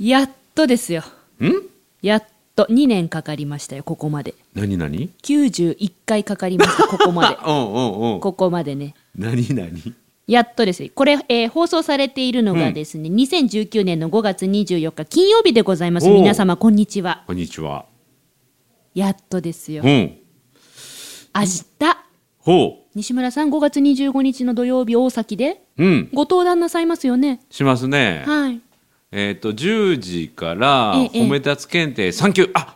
やっとですよ。んやっと。2年かかりましたよ、ここまで。何何91回かかりました、 ここまで。おうおうおうここまでね。何何やっとですよ。これ、えー放送されているのがですね、2019年の5月24日金曜日でございます。おう皆様、こんにちは。こんにちはやっとですよ。うん明日、ほ西村さん5月25日の土曜日、大崎で、ううんご登壇なさいますよね。しますねはい。えっ、と10時からええ褒め立つ検定3級あ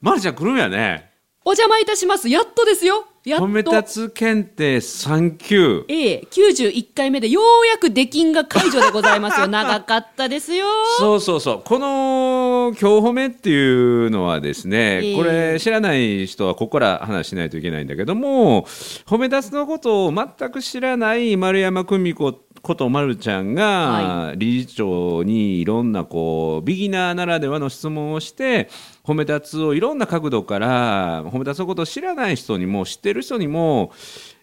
まるちゃん来るんやねお邪魔いたします。やっとですよ。やっと。褒め立つ検定3級ええ、91回目でようやく出禁が解除でござい ますよ。長かったですよ。そうそうそうこの今日褒めっていうのはですね、ええこれ知らない人はここから話しないといけないんだけども褒め立つのことを全く知らない丸山久美子ことまるちゃんが理事長にいろんなこうビギナーならではの質問をして褒め立つをいろんな角度から褒め立つのことを知らない人にも知ってる人にも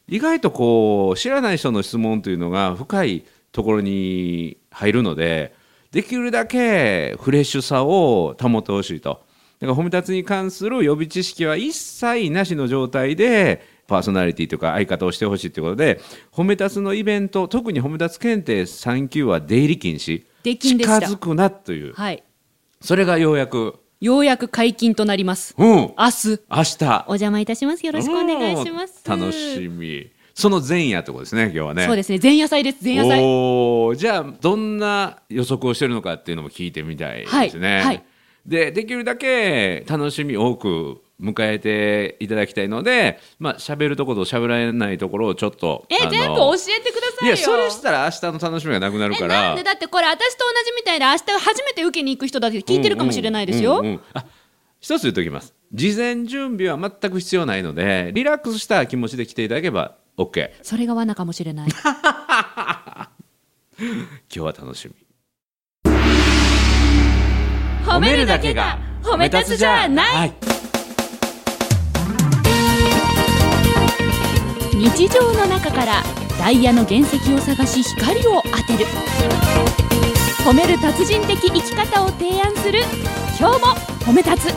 意外とこう知らない人の質問というのが深いところに入るのでできるだけフレッシュさを保ってほしいと。だから褒め立つに関する予備知識は一切なしの状態でパーソナリティというか相方をしてほしいということで褒め立つのイベント特に褒め立つ検定3級は出入り禁止出禁でし近たづくなというはい。それがようやくようやく解禁となります。うん明明日、日お邪魔いたします。よろしくお願いします。うん楽しみその前夜ってことですね今日はねそうですね。前夜祭です。前夜祭。おーじゃあどんな予測をしてるのかっていうのも聞いてみたいですね。はいはいでできるだけ楽しみ多く迎えていただきたいので、まあ喋るところと喋られないところをちょっとえあ、の全部教えてくださいいよ。やそれしたら明日の楽しみがなくなるえ、かならんでだってこれ私と同じみたいで明日初めて受けに行く人だって聞いてるかもしれないですうんうんよ。うんうんあ一つ言っておきます事前準備は全く必要ないのでリラックスした気持ちで来ていただけば OK それが罠かもしれ ない。今日は楽しみ。褒めるだけが褒め立つじゃない。い日常の中からダイヤの原石を探し光を当てる褒める達人的生き方を提案する今日も褒め立つ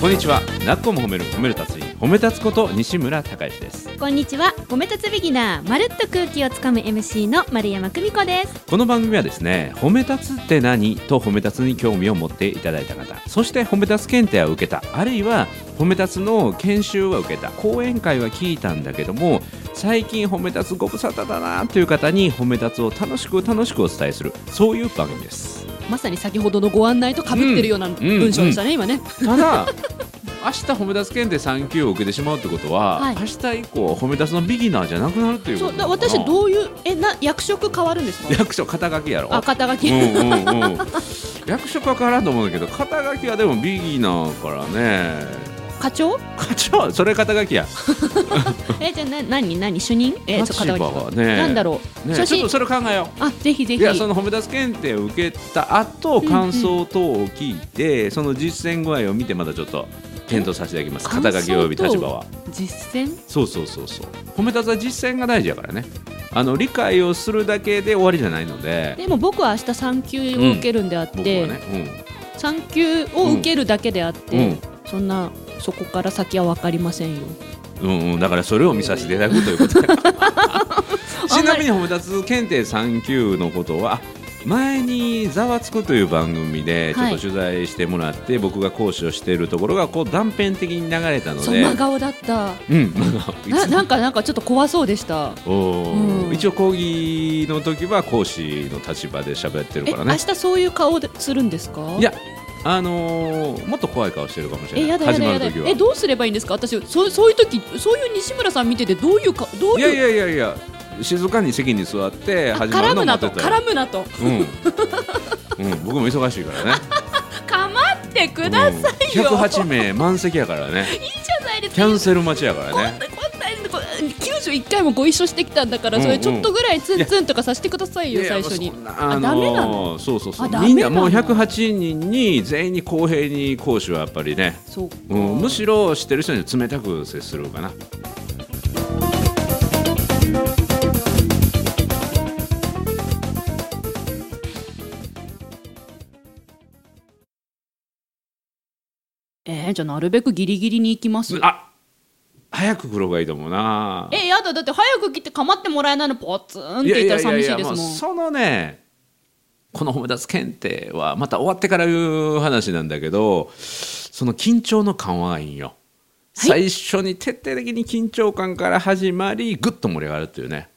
こんにちは。なっこも褒める褒める達人褒め立つこと西村孝之です。こんにちは褒め立つビギナーまるっと空気をつかむ MC の丸山久美子ですこの番組はですね、褒め立つって何と褒め立つに興味を持っていただいた方、そして褒め立つ検定は受けた、あるいは褒め立つの研修は受けた、講演会は聞いたんだけども、最近褒め立つご無沙汰だなという方に褒め立つを楽しく楽しくお伝えする、そういう番組です。まさに先ほどのご案内とかぶってるような文章でしたね、今ね ただ明日褒め立つ検定3級を受けてしまうってことは、はい明日以降褒め立つのビギナーじゃなくなるっていうこそうとだなのかな私どういうえな役職変わるんですか役所肩書きやろあ肩書うき、んうんうん役所は変わらんと思うんだけど肩書きはでもビギナーからね課長課長それ肩書きやえじゃあな何何主任えちょ立肩場書きはねなんだろう、ね写ちょ真っとそれ考えようあぜひぜいひやその褒め立つ検定を受けた後うん感想等を聞いて、その実践具合を見てまたちょっと検討させていただきます感想肩書きおよび立場は実践そうそうそうそう褒め立つは実践が大事やからねあの理解をするだけで終わりじゃないのででも僕は明日産休を受けるんであっ僕て、はね、産休を受けるだけであって、うんそんなそこから先は分かりませんようんうんうん、だからそれを見させていただくとい うことでちなみに褒め立つ検定3級のことはあ前に「ざわつく」という番組でちょっはいと取材してもらって、僕が講師をしているところがこう断片的に流れたのそんでな顔だったうん まあいなつなんかなんかちょっと怖そうでしたおーうん一応講義の時は講師の立場で喋ってるえから明ね日そういう顔でするんですかいや、あのーもっと怖い顔してるかもしえれなやい。だや始だまやるだ時は。えどうすればいいんですか私そうそういう時そういう西村さん見ててどういうかどういいうやいやいやいや、静かに席に座ってあ始まる絡のむをな待とってたよ。絡むなとうん、うん、僕も忙しいからね。 かまってくださいよ、百八名満席やからね。いいじゃないですキかャンセル待ちやからこんなね。こんなこ91回もご一緒してきたんだから、うんうんそれちょっとぐらいツンツンとかさせてくださいよ、いや最いや初にそんなあダメなののそうそうそあうダメなのみんなもう108人に全員に公平に講師はやっぱりね、そうかうん、むしろ知ってる人に冷たく接するかなえー、じゃあなるべくギリギリに行きますあ早く来る方がいいと思うなえやだだって早く来て構ってもらえないのポツンって言ったら寂しいですもんまあそのねこの褒め立つ検定はまた終わってから言う話なんだけどその緊張の緩和がいいんよ、最初に徹底的に緊張感から始まりぐっと盛り上がるっていうね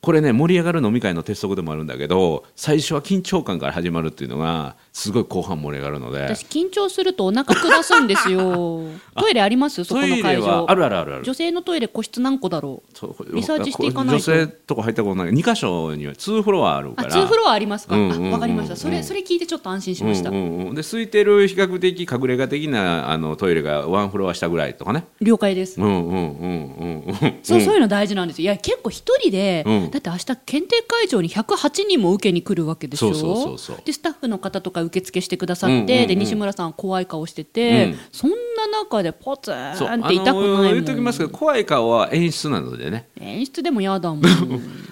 これね盛り上がる飲み会の鉄則でもあるんだけど最初は緊張感から始まるっていうのがすごい後半盛り上がるので私緊張するとお腹下すんですよ トイレありますそこトのイレ会場はあるあるあるある女性のトイレ個室何個だろうそうリサーチしていかないと女性とこ入ったことない2箇所には2フロアあるあから2フロアありますか、うんうんうんうんあわかりましたそれそれ聞いてちょっと安心しました、うんうんうん、で空いてる比較的隠れ家的なあのトイレがワンフロア下ぐらいとかね了解です、うんうんうんうんうんそうそういうの大事なんですよいや結構一人で、うんだって明日検定会場に108人も受けに来るわけでしょそうそうそうそうでスタッフの方とか受付してくださって、うんうんうんで西村さん怖い顔してて、うんそんな中でポツンっそうあのて痛くないもん言っときますけど怖い顔は演出なのでね演出でも嫌 だもん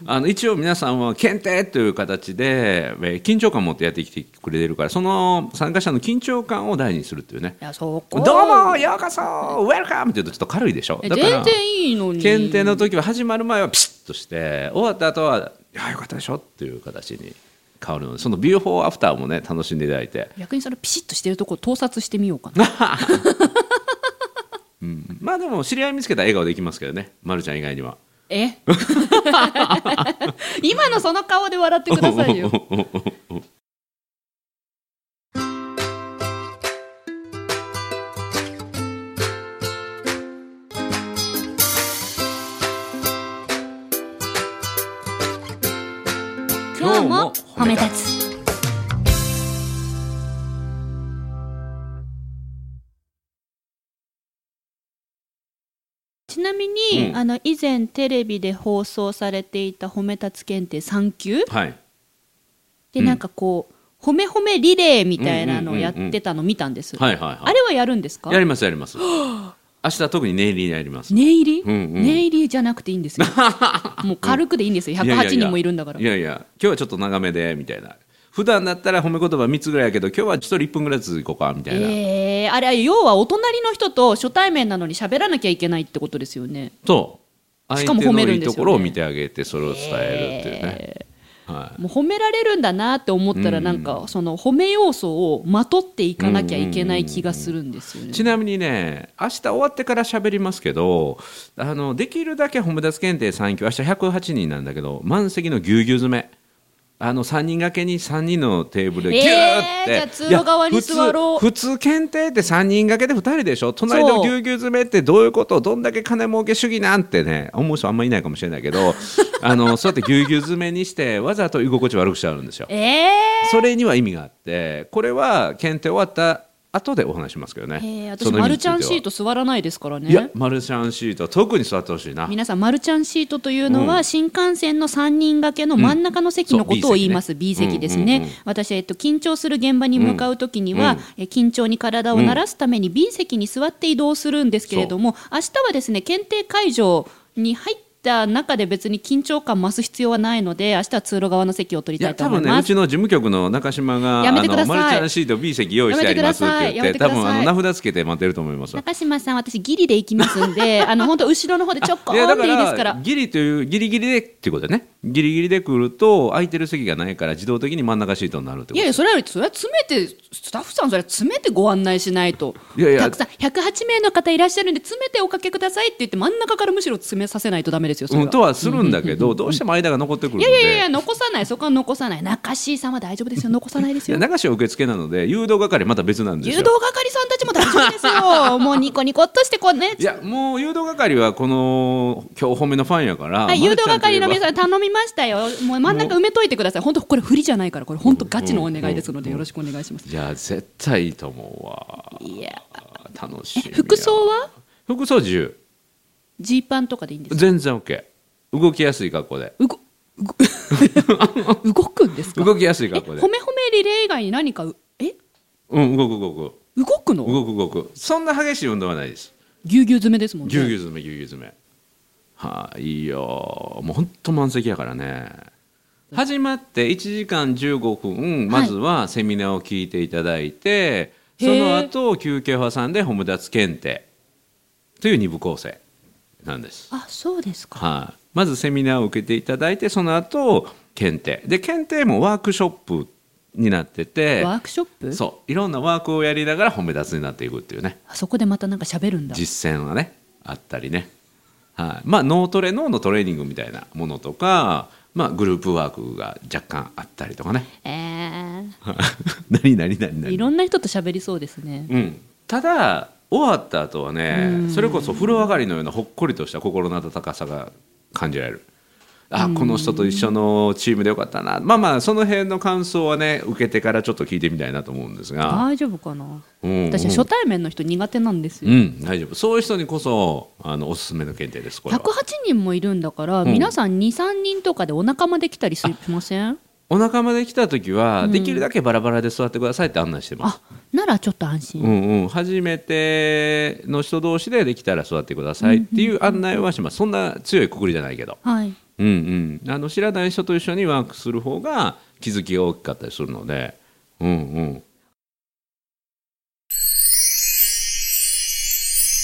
あの一応皆さんは検定という形でえー緊張感を持ってやってきてくれてるからその参加者の緊張感を大事にするっていうねいやそこどうもようこそウェルカムって言うとちょっと軽いでしょえだから全然いいのに検定の時は始まる前はピシッとして終わった後はいやよかったでしょっていう形に変わるのでそのビューフォーアフターもね楽しんでいただいて、逆にそのピシッとしてるとこを盗撮してみようかなうんまあでも知り合い見つけたら笑顔できますけどね、ま、るちゃん以外には。え 今のその顔で笑ってくださいよ今日も褒め立つちなみに、うんあの以前テレビで放送されていた褒め立つ検定3級はいで、うんなんかこう褒め褒めリレーみたいなのをやってたの見たんです、はいはいはあれはやるんですかい。やりますやります。明日特に念入りにやります。念入り、うんうん念入りじゃなくていいん ですよもう軽くでいいんですよいやいやいや108人もいるんだからいやいや今日はちょっと長めでみたいな。普段だったら褒め言葉3つぐらいやけど今日はちょっと1分ぐらい続こうかみたいな。えー、あれは要はお隣の人と初対面なのに喋らなきゃいけないってことですよねそうし相かも手褒のめるいんいですよねところを見てあげてそれを伝えるっていうね。はいもう褒められるんだなって思ったらなんかその褒め要素をまとっていかなきゃいけない気がするんですよねちなみにね、明日終わってから喋りますけど、あのできるだけ褒め立つ検定3級、明日108人なんだけど、満席のぎゅうぎゅう詰め、あの3人掛けに3人のテーブルでえーぎゅーって、じゃあ通路側に座ろういや普通、普通検定って3人掛けで2人でしょ、隣のぎゅうぎゅう詰めってどういうこと、どんだけ金儲け主義なんてね、思う人あんまりいないかもしれないけど、あのそうやってぎゅうぎゅう詰めにして、わざと居心地悪くしちゃうんですよ。えそれには意味があって、これは検定終わった後でお話しますけどね。ー、え ー、私その意マル味にちついてはゃんシート座らないですからねいや、マルシャンシートは特に座ってほしいな。皆さん、マルちゃんシートというのは、新幹線の3人掛けの真ん中の席のことを言います、うんそう B 席ですうんねうんうん、私、えっと、緊張する現場に向かうときには、え緊張に体を慣らすために B 席に座って移動するんですけれども、明日はですね検定会場に入った中で別に緊張感増す必要はないので、明日は通路側の席を取りいたや、いと多思い分ね、まうす。ちの事務局の中島が、やめてくださいあのマルシャンシート B 席用意してありますっやめててくださ言っいやて、多めてくだ分さいあの名札つけて待ってると思います。中島さん、私、ギリで行きますんで、あの本当、後ろの方でちょこいやーんでいいですから。ギリという、ギリギリでっていうことね。ギリギリで来ると、空いてる席がないから、自動的に真ん中シートになるっていこやいや、それより、それは詰めて、スタッフさん、それは詰めてご案内しないと。いやいやたくさん、108名の方いらっしゃるんで、詰めておかけくださいって言って、真ん中からむしろ詰めさせないとダメですよ、そと。れうは。ん、とはするんだけど、どうしても間が残ってくるのいで。やいやいやいや、残さない、そこは残さない。中椎さんは大丈夫ですよ、残さないですいやよ。中島受付なので、誘導係また別なんです誘よ。導係さんたちも大丈夫です よ。もうニコニコっとして、こうねい。や、もう誘導係は、この、今日褒めのファンやから。はい、誘導係の皆ん。さん頼みましたよ。もう真ん中埋めといてください。本当これ振りじゃないから、これ本当ガチのお願いですので、よろしくお願いします。いや、絶対いいと思うわ。いや、あー楽しえみや服装は服装自由ジーパンとかでいいんですか全然 OK 動きやすい格好でうご、 うご動くんですか動きやすいえ格好で褒め褒めリレー以外に何かう、えうん動く動く動くの動く動くそんな激しい運動はないですぎゅうぎゅう詰めですもんね。ぎゅうぎゅう詰めぎゅうぎゅう詰めはい、いいよもうほんと満席やからね始まって1時間15分まずはセミナーを聞いていただいて、そへのー後休憩を挟んでホムダツ検定という二部構成なんです。あそうですか。はい、まずセミナーを受けていただいてその後検定で検定もワークショップになっててワークショップそういろんなワークをやりながら褒め立つになっていくっていうねあそこでまたなんか喋るんだ。実践がねあったりね、はい、まあ脳トレ脳のトレーニングみたいなものとか、まあ、グループワークが若干あったりとかね えー何何何何いろんな人と喋りそうですね。うん、ただ終わった後はねそれこそ風呂上がりのようなほっこりとした心の温かさが感じられるあこの人と一緒のチームでよかったなまあまあその辺の感想はね受けてからちょっと聞いてみたいなと思うんですが、大丈夫かな。うんうん私は初対面の人苦手なんですうよ。ん、大丈夫そういう人にこそあのおすすめの検定ですこれは108人もいるんだから、うん皆さん23人とかでお仲間できたりしませんお仲間で来た時は、できるだけバラバラで座ってくださいって案内してますあならちょっと安心、うんうん、初めての人同士でできたら座ってくださいっていう案内はします、そんな強いくくりじゃないけどはいうんうん、あの知らない人と一緒にワークする方が気づきが大きかったりするので、うんうん。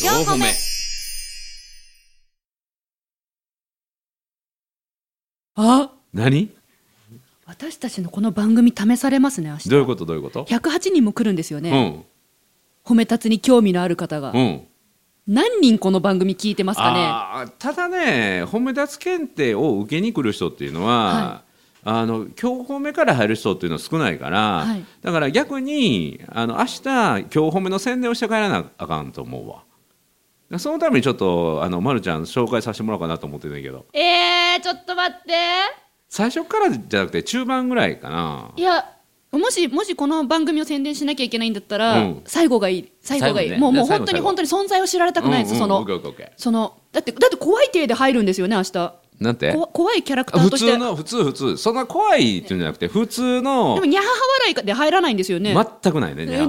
四歩目あ何私たちのこの番組試されますね明日どういうことどういうこと、 108人も来るんですよね、褒め立つに興味のある方が、うんうん何人この番組聞いてますかねあーただね褒め立つ検定を受けに来る人っていうのは、はあの今日褒めから入る人っていうのは少ないから、はいだから逆にあの明日今日褒めの宣伝をして帰らなあかんと思うわそのためにちょっとあの、ま、るちゃん紹介させてもらおうかなと思ってんだけどえー、ちょっと待って最初からじゃなくて中盤ぐらいかないやもしもしこの番組を宣伝しなきゃいけないんだったら、うん最後がいい最後がいい、最後ねもうもう最本後当に最後本当に存在を知られたくないです、うんうんそのオッケーオッケーオッケそのだってだって怖い体で入るんですよね明日ーなんてこわ怖いキャラクタあー普としてで通もの普通普通そんな怖いっていうんじゃなくて普通のニャハハ笑いで入らないんですよね全くないねえいやー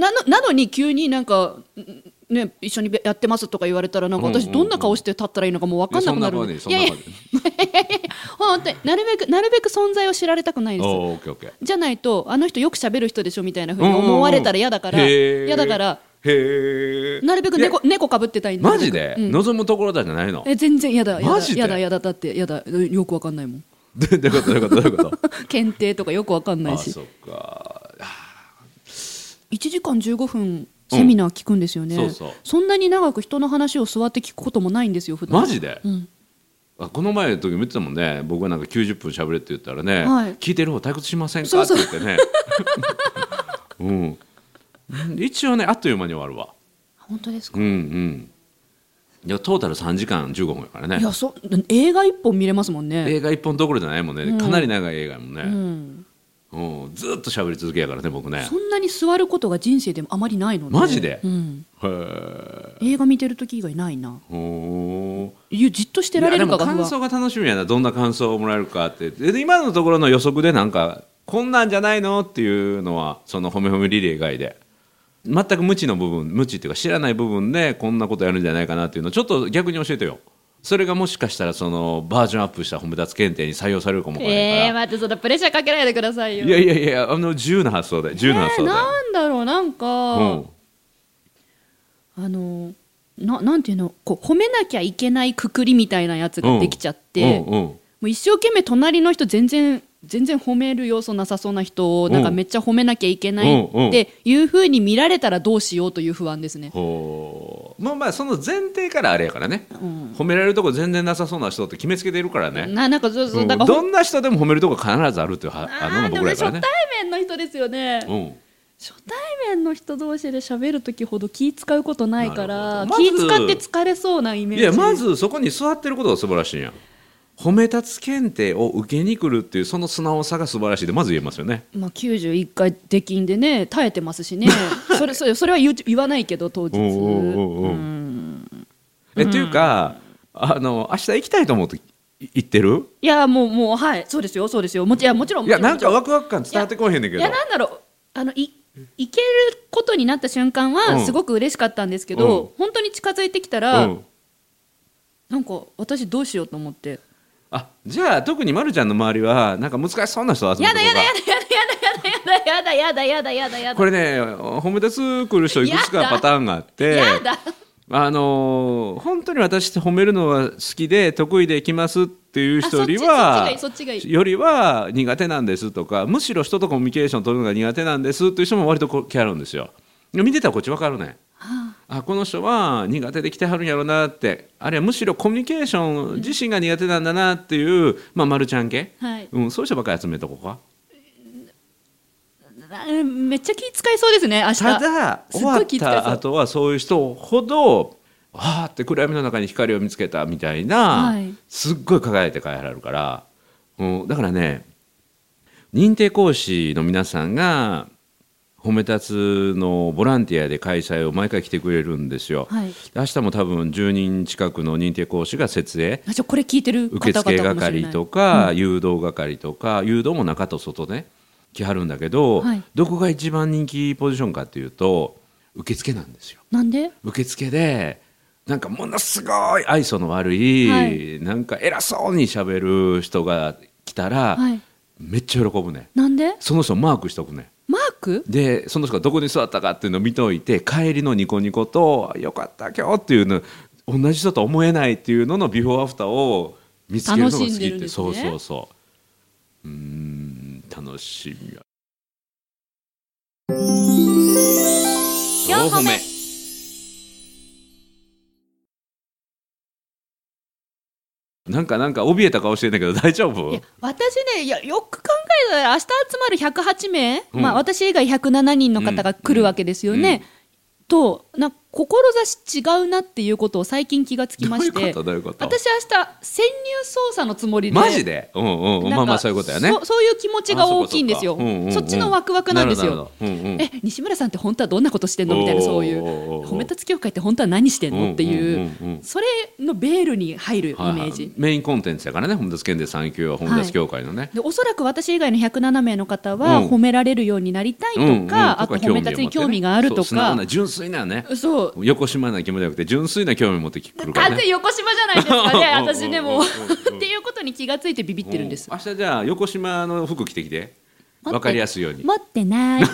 なのなのに急になんか、んね、一緒にやってますとか言われたらなんかうん私うんうんどんな顔して立ったらいいのかもう分かんなくなるいやそんなや顔いでそやんな顔で本当になるべくなるべく存在を知られたくないですおーオッケーオッケーじゃないとあの人よく喋る人でしょみたいなふうに思われたら嫌だからうんうんうんへー嫌だからへえなるべく猫猫かぶってたいんマジで、うん望むところだじゃないのえ全然嫌だ嫌マだジで嫌だ嫌だだって嫌だよく分かんないもん どういうことどういうことどういうこと検定とかよく分かんないあしそっか1時間15分セミナー聞くんですよね、そうそうんなに長く人の話を座って聞くこともないんですよ普段マジで、んあこの前の時も言ってたもんね僕がなんか90分しゃべれって言ったらね、はい聞いてる方退屈しませんそかうってそう言ってね うん一応ねあっという間に終わるわ本当ですか、うんうんいやトータル3時間15分やからねいやそ映画一本見れますもんね、映画一本どころじゃないもんね、かなり長い映画やもんうね、ん、うん、ずっと喋り続けやからね僕ねそんなに座ることが人生でもあまりないのでマジでうん、へえ映画見てる時以外ないなほういやじっとしてられるかがいやで不も感安想が楽しみやなどんな感想をもらえるかってで今のところの予測でなんかこんなんじゃないのっていうのはその褒め褒めリレー以外で全く無知の部分無知っていうか知らない部分でこんなことやるんじゃないかなっていうのをちょっと逆に教えてよそれがもしかしたらそのバージョンアップした褒め立つ検定に採用されるかもわからないから、えー、待ってそんなプレッシャーかけないでくださいよいやいやいやあの自由な発想で自由な発え想ーで、なんだろうなんか、うんあのななんていうのこう褒めなきゃいけないくくりみたいなやつができちゃって、うんうんもう一生懸命隣の人全然全然褒める要素なさそうな人をなんかうんめっちゃ褒めなきゃいけないうんうんっていうふうに見られたらどうしようという不安ですね。ほうまあまあその前提からあれやからね、ん褒められるとこ全然なさそうな人って決めつけてるからね、ななんかそうそううんだからどんんな人でも褒めるとこ必ずあるっていうはあのがで僕もらねや初か対らね。面の人ですよね、うん初対面の人同士で喋る時ほど気使うことないから、なるほ気どま使っずて疲れそうなイメーいジやまずそこに座ってることが素晴らしいんや褒め立つ検定を受けに来るっていうその素直さが素晴らしいでまず言えますよねまあ、91回出禁でね耐えてます しねそれそれそれは言う言わないけど当日おうおうおうおううんえっていうかあの明日行きたいと思ってい行ってるいやもうもうはいそうですよそうですよもちいやもちろんいやもちろなんかワクワク感伝わってこへんねんけいどやなんだろうあのい行けることになった瞬間うはんすごく嬉しかったんですけど、うん本当に近づいてきたら、うんなんか私どうしようと思ってあじゃあ特にまるちゃんの周りはなんか難しそうな人を集めやてだやだやだやだやだやだやだやだやだやだやだこれね褒め立つ来る人いくつやかだパターンがあってやだあのー本当に私って褒めるのは好きで得意できますっていう人よりはあそっちそっちがいいそっちがいいよりは苦手なんですとかむしろ人とコミュニケーション取るのが苦手なんですっていう人も割とこう来はるんですよ見てたらこっち分かるねあこの人は苦手で来てはるんやろなってあるいはむしろコミュニケーション自身が苦手なんだなっていう、まあ、丸ちゃん系、はいうん、そういう人ばっかり集めとこうかなめっちゃ気使いそうですね明日ただすっ終ごわいっ気遣いそうた後はそういう人ほどあーって暗闇の中に光を見つけたみたいな、はいすっごい輝いて帰られるから、うん、だからね認定講師の皆さんが褒め立つのボランティアで開催を毎回来てくれるんですよ。はい明日も多分10人近くの認定講師が設営あじゃあこれ聞いてる受方々かもし付れない係とか誘導係とか誘導も中と外ね来はるんだけど、はいどこが一番人気ポジションかっていうと受付なんですよなんで受付でなんかものすごい愛想の悪い、はいなんか偉そうにしゃべる人が来たら、はいめっちゃ喜ぶねなんでその人をマークしとくねマークでその人がどこに座ったかっていうのを見といて帰りのニコニコと「よかった今日」っていうの同じ人と思えないっていうののビフォーアフターを見つけるのが好き楽しんってでるんですそねうそうそううーん楽しみや四歩目なんかなんか怯えた顔してんだけど大丈夫いや私ねいやよく考えたら明日集まる108名、うんまあ、私以外107人の方が来るわけですよね。うんとなんか志違うなっていうことを最近気がつきどまういしうこてとどういうこと私明日潜入捜査のつもりでマジでうんうんうなんんまかあまあそういうことやねそそういう気持ちが大きいんですよあそっかそっかうんうんうんそっちのワクワクなんですなるよほ。どなるほどうんうんえ西村さんって本当はどんなことしてんのみたいなそういうおーおーおー褒め立つ協会って本当は何してんのっていううんうんうんうんそれのベールに入るイメはいはいージ。メインコンテンツやからね本田健で産休は本田協会のね、でおそらく私以外の107名の方はうん褒められるようになりたいとか、うんうんあととか褒め立つに興味があるとそう素直かな純粋なねそう横島な気持ちじゃなくて純粋な興味を持ってくるから完ね全横島じゃないですかね私でもうんうんうんっていうことに気がついてビビってるんですう明日じゃあ横島の服着てきて待って分かりやすいように、持ってないうん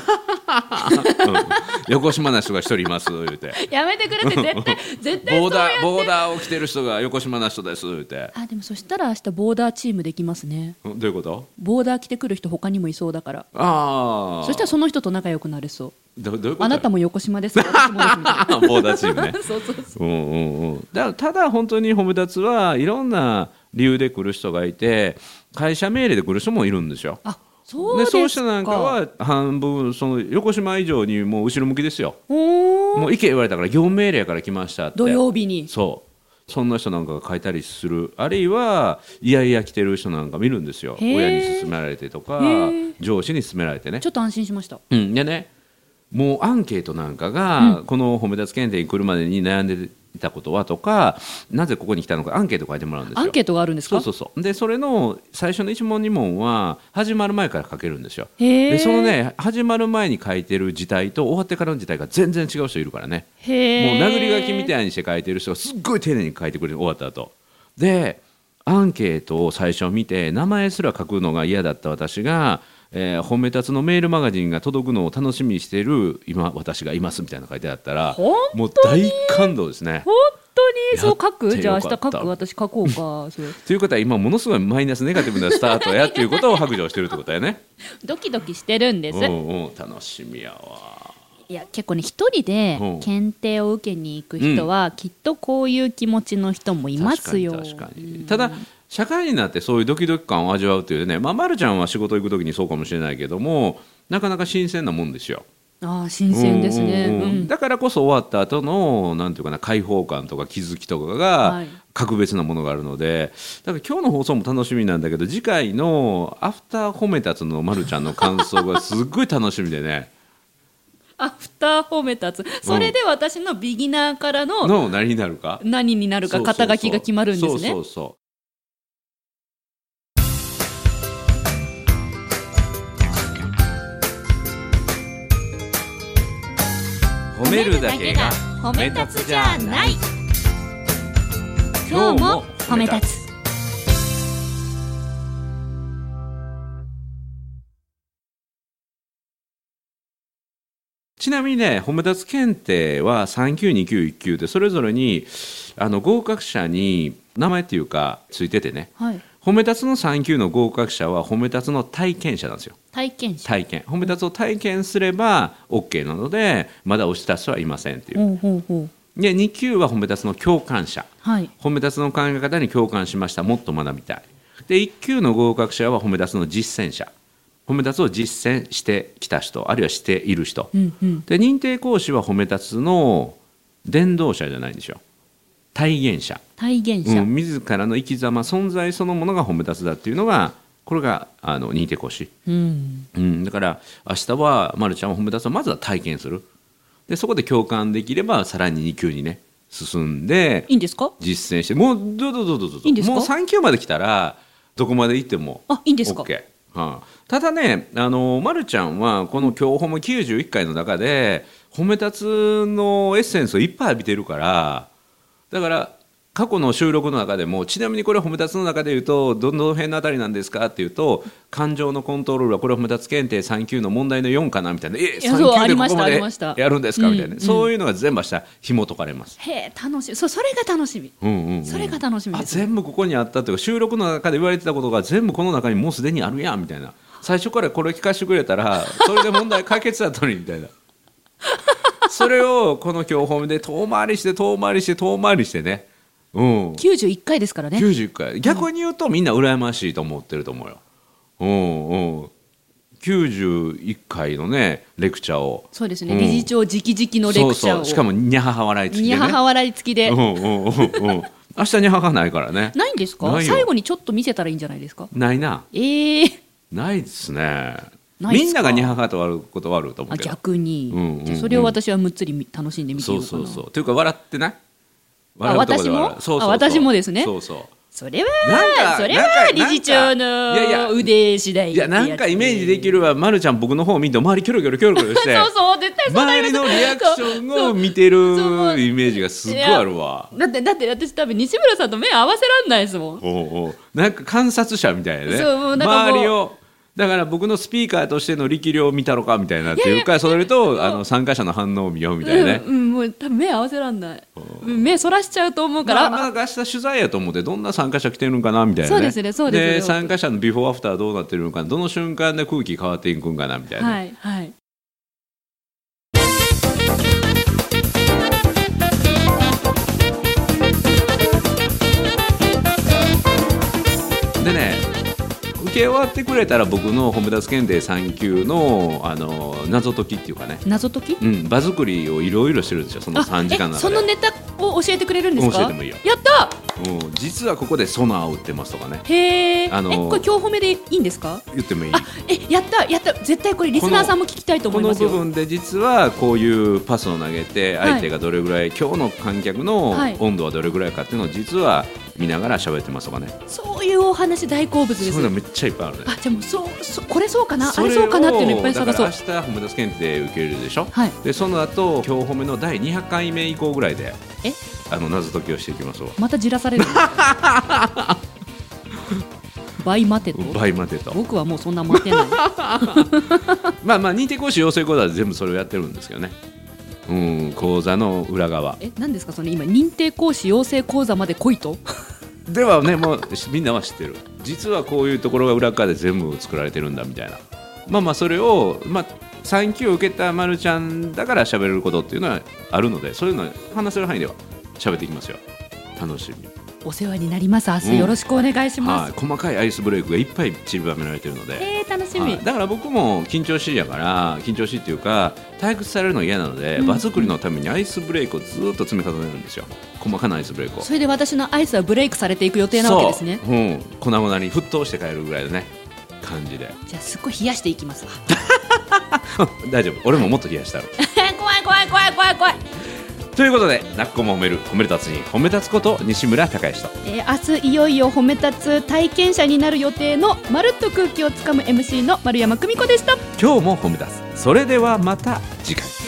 横島な人が一人います言う てやめて くれって絶対絶対ボそうーやダってーボーダーを着てる人が横島な人です言うてあでもそしたら明日ボーダーチームできますねうんどういうことボーダー着てくる人他にもいそうだからああそしたらその人と仲良くなれそうどどういうことあなたも横島ですか私もですみたいな ボーダーチームね そうそうそううんうんうん、だただ本当に褒め立つはいろんな理由で来る人がいて会社命令で来る人もいるんですよ。あそうですかそうしたなんかは半分その横島以上にもう後ろ向きですよ。おーもう意見言われたから業務命令やから来ましたって土曜日にそうそんな人なんかが書いたりするあるいはいやいや来てる人なんか見るんですよへー親に勧められてとかへー上司に勧められてねちょっと安心しましたうん、でねもうアンケートなんかが、この褒め立つ検定に来るまでに悩んでいたことはとかなぜここに来たのかアンケート書いてもらうんですよアンケートがあるんですかそうそうそうでそれの最初の1問2問は始まる前から書けるんですよへーでそのね始まる前に書いてる字体と終わってからの字体が全然違う人いるからねもうへー殴り書きみたいにして書いてる人がすっごい丁寧に書いてくれる終わった後でアンケートを最初見て名前すら書くのが嫌だった私が、えー褒め立つのメールマガジンが届くのを楽しみにしている今私がいますみたいなの書いてあったら本当にもう大感動ですね。本当にそう書やっくてじゃあ明日よ書かったく私書こうかそれということは今ものすごいマイナスネガティブなスタートやっていうことを白状してるってことやね。ドキドキしてるんでうすんうん楽しみやわ。いや結構ね一人でうん検定を受けに行く人は、きっとこういう気持ちの人もいますよ確かに確かにただ社会人になってそういうドキドキ感を味わうというね、まあ、まるちゃんは仕事行く時にそうかもしれないけどもなかなか新鮮なもんですよ。ああ新鮮ですねうんうんうんうんだからこそ終わった後のなんていうかな解放感とか気づきとかがはい格別なものがあるのでだから今日の放送も楽しみなんだけど次回の「アフター褒めたつ」のまるちゃんの感想がすっごい楽しみ でねアフター褒めたつそれで私のビギナーからのの何になるか何になるか肩書きが決まるんですそねうそうそうそう。褒めるだけが褒め立つじゃない。今日も褒め立つちなみにね、褒め立つ検定は3級、2級、1級でそれぞれにあの合格者に名前っていうかついててね、はい、褒め立つの3級の合格者は褒め立つの体験者なんですよ。体験者。体験。褒め立つを体験すれば OK なので、まだ押し出しはいませんっていう。ほうほうほう。で、2級は褒め立つの共感者。はい。褒め立つの考え方に共感しましたもっと学びたいで1級の合格者は褒め立つの実践者褒め立つを実践してきた人あるいはしている人、うんうん。で認定講師は褒め立つの伝道者じゃないんですよ体現者、体現う者。ん、自らの生き様存在そのものが褒め立つだっていうのがこれがあの認定講師、うん。うん、だから明日はまるちゃんを褒め立つをまずは体験するでそこで共感できればさらに2級にね進んでいいんですか実践してもうどうぞどうぞどうぞいいんですかもう3級まで来たらどこまで行ってもあ、いいんですか OK、はあ、ただねあの、ま、るちゃんはこの「教法も91回」の中で褒め立つのエッセンスをいっぱい浴びてるからだから過去の収録の中でもちなみにこれ褒め立つの中で言うとどの辺のあたりなんですかっていうと感情のコントロールはこれ褒め立つ検定3級の問題の4かなみたいな「えいやそう3あり級でこましこたまあでりましたやるんですか」みたいな、うんそういうのが全部明日紐解かれます。へえ、楽しみ。そう、それが楽しみ。うんうんうんそれが楽しみあです。全部ここにあったというか収録の中で言われてたことが全部この中にもうすでにあるやんみたいな最初からこれ聞かせてくれたらそれで問題解決だったのにみたいなそれをこの教本で遠回りして遠回りして遠回りしてねうん91回ですからね。 90回逆に言うとみんな羨ましいと思ってると思うようんうん91回のねレクチャーをそうですね。うん理事長直々のレクチャーそうそを。うしかもにゃはは笑いつきにでゃははね笑い付きでう。んうんうんうん明日にゃははないからねないんですかないよ最後にちょっと見せたらいいんじゃないですかないなええないですねないっすかみんながにははと笑うことはあると思あうけど逆に、うんうんうんじゃあそれを私はむっつりみ楽しんで見てそよううかなそうそうというか笑ってない笑うとこで私笑うもそうそうそあう私もですねそうそそれなんはかそれなはんか理事長なんかいやいやの腕次第うっいてややつなんかイメージできるわ、ま、るちゃん僕の方を見て周りキョロキョロキョロキョロして そうそう絶対そうな周りりますのリアクションを見てるそうイメージがすっごいあるわだってだって私多分西村さんと目合わせらんないですもんおうおうなんか観察者みたいなねそうもうなんかもう周りをだから僕のスピーカーとしての力量を見たのかみたいなっていうかそれとあの参加者の反応を見ようみたいなねうん、うん、もう多分目合わせらんない目そらしちゃうと思うかまあ、ら、まあ明日取材やと思ってどんな参加者来てるのかなみたいな、ね、そうですねそうですね参加者のビフォーアフターどうなってるのかなどの瞬間で空気変わっていくんかなみたいな、はいはいでね受け終わってくれたら僕の褒め立つ検定3級のあの謎解きっていうかね、謎解きうん、場作りをいろいろしてるんですよその3時間えのそ中でのネタを教えてくれるんですか教えてもいいよやったうん、実はここでソナーを売ってますとかねへえ、あのーえこれ今日褒めでいいんですか言ってもいいあえやったやった絶対これリスナーさんも聞きたいと思こいのます部よ分で実はこういうパスを投げてはい相手がどれぐらい、今日の観客のはい温度はどれぐらいかっていうのを実は見ながら喋ってますとかね、そういうお話大好物そうでいうのすめっちゃいっぱいあるねあじゃあもうそうそうこれそうかなあれれをそうかなっていうのいっぱい探そうだから明日褒め立つ検定受けるでしょ、はいでその後今日褒めの第200回目以降ぐらいでえあの謎解きをしていきますわまたじらされ る倍待てと倍までと僕はもうそんな待て ないまあまあ認定講師養成講座で全部それをやってるんですけどねうん講座の裏側え何ですかその今認定講師養成講座まで来いとではねもうみんなは知ってる実はこういうところが裏側で全部作られてるんだみたいなまあまあそれを、まあ、3級を受けたまるちゃんだから喋れることっていうのはあるのでそういうのは話せる範囲では喋っていきますよ楽しみお世話になります明うん日よろしくお願いしまはすい、、細かいアイスブレイクがいっぱいちりばめられてるので、えー、楽しみ、はいだから僕も緊張しいやから緊張しいっていうか退屈されるのが嫌なので、うん場作りのためにアイスブレイクをずっと積み重ねるんですよ細かなアイスブレイクをそれで私のアイスはブレイクされていく予定なわけですねそう、うん、粉々に沸騰して帰るぐらいのね感じでじゃあすっごい冷やしていきますわ大丈夫俺ももっと冷や したら怖い怖い怖い怖い怖いということで「なっこも褒める褒め立つに褒め立つこと西村孝之とえー明日いよいよ褒め立つ体験者になる予定のまるっと空気をつかむ MC の丸山久美子でした今日も褒め立つそれではまた次回